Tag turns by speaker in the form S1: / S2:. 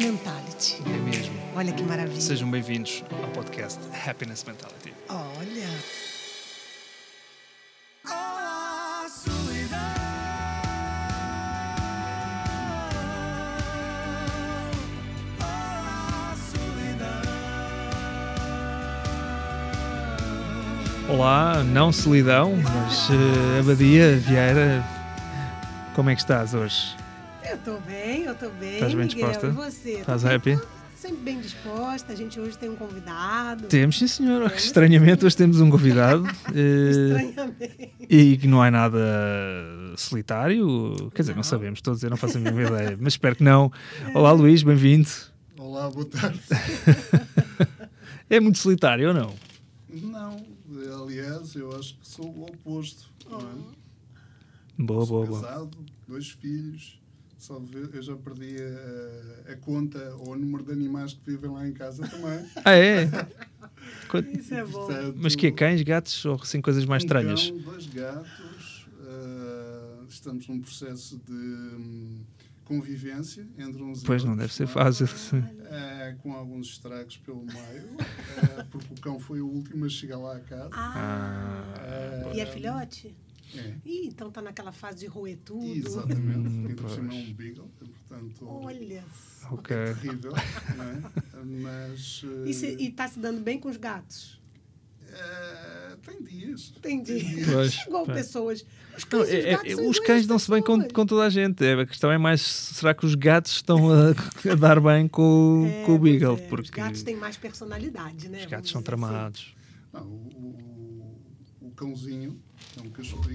S1: noite.
S2: É mesmo.
S1: Olha que maravilha.
S2: Sejam bem-vindos ao podcast Happiness Mentality.
S1: Olha.
S2: Olá, não solidão, mas eh, Abadia Vieira, como é que estás hoje?
S1: Eu tô bem, eu tô bem.
S2: Estás bem
S1: Miguel.
S2: disposta?
S1: E você?
S2: Estás
S1: Tô bem,
S2: happy?
S1: tô Sempre bem disposta. A gente hoje tem um convidado.
S2: Temos, sim senhora. Estranhamente hoje temos um convidado eh,
S1: Estranhamente.
S2: e que não é nada solitário, quer dizer, não,
S1: Não.
S2: sabemos todos, eu não faço a mínima ideia, mas espero que não. Olá Luís, bem-vindo.
S3: Olá, boa tarde.
S2: É muito solitário ou não?
S3: Não, aliás, eu acho que sou o oposto. não é?
S1: Uhum.
S2: Boa,
S3: sou
S2: boa, boa.
S3: casado, dois filhos, só ver, eu já perdi a, a conta ou o número de animais que vivem lá em casa também.
S2: Ah, é? Quant-
S1: Isso é bom.
S3: Portanto,
S2: Mas que é cães, gatos ou assim coisas mais
S3: um
S2: estranhas?
S3: cão, dois gatos, ah, estamos num processo de hum, convivência entre uns e
S2: Pois não deve
S3: outros,
S2: ser
S3: é?
S2: fácil. sim.
S3: Ah, com alguns estragos pelo meio, ah, porque o cão foi o último a chegar lá a casa.
S1: Ah.
S3: Ah,
S1: E é filhote?
S3: é.
S1: Ih, então tá naquela fase de roetudo.
S3: Exatamente.
S2: Hum,
S3: Ainda por cima é
S2: pois.
S3: um beagle, portanto,
S1: Olha só.
S2: Ok.
S3: é terrível, não é? Mas...
S1: E, se,
S3: eh,
S1: e tá se dando bem com os gatos?
S3: eh, tem dias.
S1: Entendi.
S2: Pois,
S1: Igual
S2: pois.
S1: pessoas. Os
S2: Não,
S1: cães, e os,
S2: é- é-
S1: gatos são
S2: os
S1: iguais
S2: cães
S1: às
S2: dão-se bem com,
S1: pessoas.
S2: com toda a gente. É, A questão é mais: será que os gatos estão a, a dar bem com, o-
S1: É,
S2: com o
S1: pois
S2: Beagle?
S1: é, Os
S2: porque
S1: gatos têm mais personalidade, né?
S2: os
S1: Vamos
S2: gatos são
S1: dizer assim.
S2: tramados.
S3: Não, o, o, o cãozinho é um cachorrinho.